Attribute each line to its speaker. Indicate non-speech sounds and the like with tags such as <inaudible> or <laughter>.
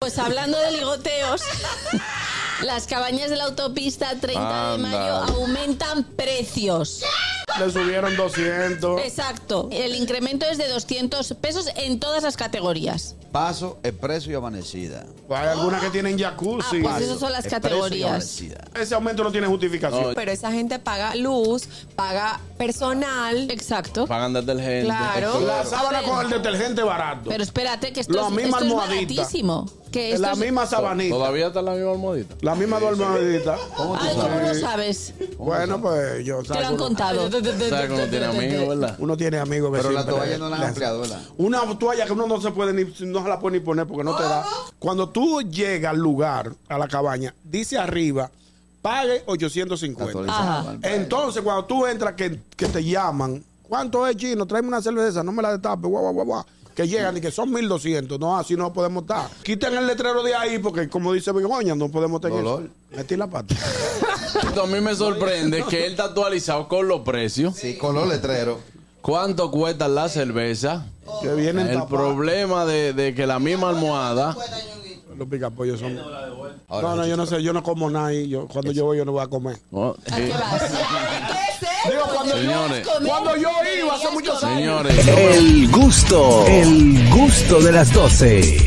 Speaker 1: pues hablando de ligoteos, <laughs> las cabañas de la autopista 30 de mayo
Speaker 2: Anda.
Speaker 1: aumentan precios.
Speaker 2: Le subieron 200.
Speaker 1: Exacto. El incremento es de 200 pesos en todas las categorías.
Speaker 3: Paso, expreso y amanecida.
Speaker 2: Hay algunas que tienen jacuzzi.
Speaker 1: pues esas son las
Speaker 3: Expreso y
Speaker 1: categorías.
Speaker 3: amanecida.
Speaker 2: Ese aumento no tiene justificación.
Speaker 4: Pero esa gente paga luz, paga personal.
Speaker 1: Exacto.
Speaker 5: Pagan detergente.
Speaker 4: Claro.
Speaker 2: La sábana con el detergente barato.
Speaker 1: Pero espérate, que
Speaker 2: La
Speaker 1: esto, es,
Speaker 2: misma
Speaker 1: esto es
Speaker 2: almohadita.
Speaker 1: baratísimo. Que esto
Speaker 2: la
Speaker 1: es-
Speaker 2: misma sabanita.
Speaker 5: Todavía está en la misma almohadita.
Speaker 2: La misma dormadita.
Speaker 1: Ay, ¿cómo lo sabes?
Speaker 2: Bueno, pues yo
Speaker 1: Te lo han
Speaker 2: uno-
Speaker 1: contado.
Speaker 5: ¿Sabes que uno tiene amigos, verdad?
Speaker 2: Uno tiene amigos que
Speaker 3: Pero la
Speaker 2: siempre
Speaker 3: toalla
Speaker 2: le-
Speaker 3: no la han
Speaker 2: le-
Speaker 3: ampliado, ¿verdad?
Speaker 2: Una toalla que uno no se puede ni no se la puede ni poner porque no te da. Cuando tú llegas al lugar, a la cabaña, dice arriba, pague 850.
Speaker 3: Actualizada.
Speaker 2: Entonces, cuando tú entras, que, que te llaman, ¿cuánto es chino? Tráeme una cerveza, no me la destape, guau, guau, guau, guau. Que llegan y que son 1200. No, así no podemos estar. Quiten el letrero de ahí porque, como dice Begoña, no podemos tener.
Speaker 3: Dolor.
Speaker 2: eso. Metí la pata.
Speaker 5: Esto a mí me sorprende que él está actualizado con los precios.
Speaker 3: Sí, color letrero.
Speaker 5: ¿Cuánto cuesta la cerveza?
Speaker 2: que vienen
Speaker 5: El
Speaker 2: tapados.
Speaker 5: problema de, de que la misma almohada.
Speaker 2: Los picapollos son.
Speaker 3: Ahora,
Speaker 2: no, no, yo no sé, yo no como nada y yo, cuando yo voy yo no voy a comer.
Speaker 5: Oh, sí. <laughs>
Speaker 2: Digo, cuando
Speaker 5: Señores,
Speaker 2: Cuando yo iba hace muchos años.
Speaker 5: señores.
Speaker 6: El gusto, el gusto de las 12.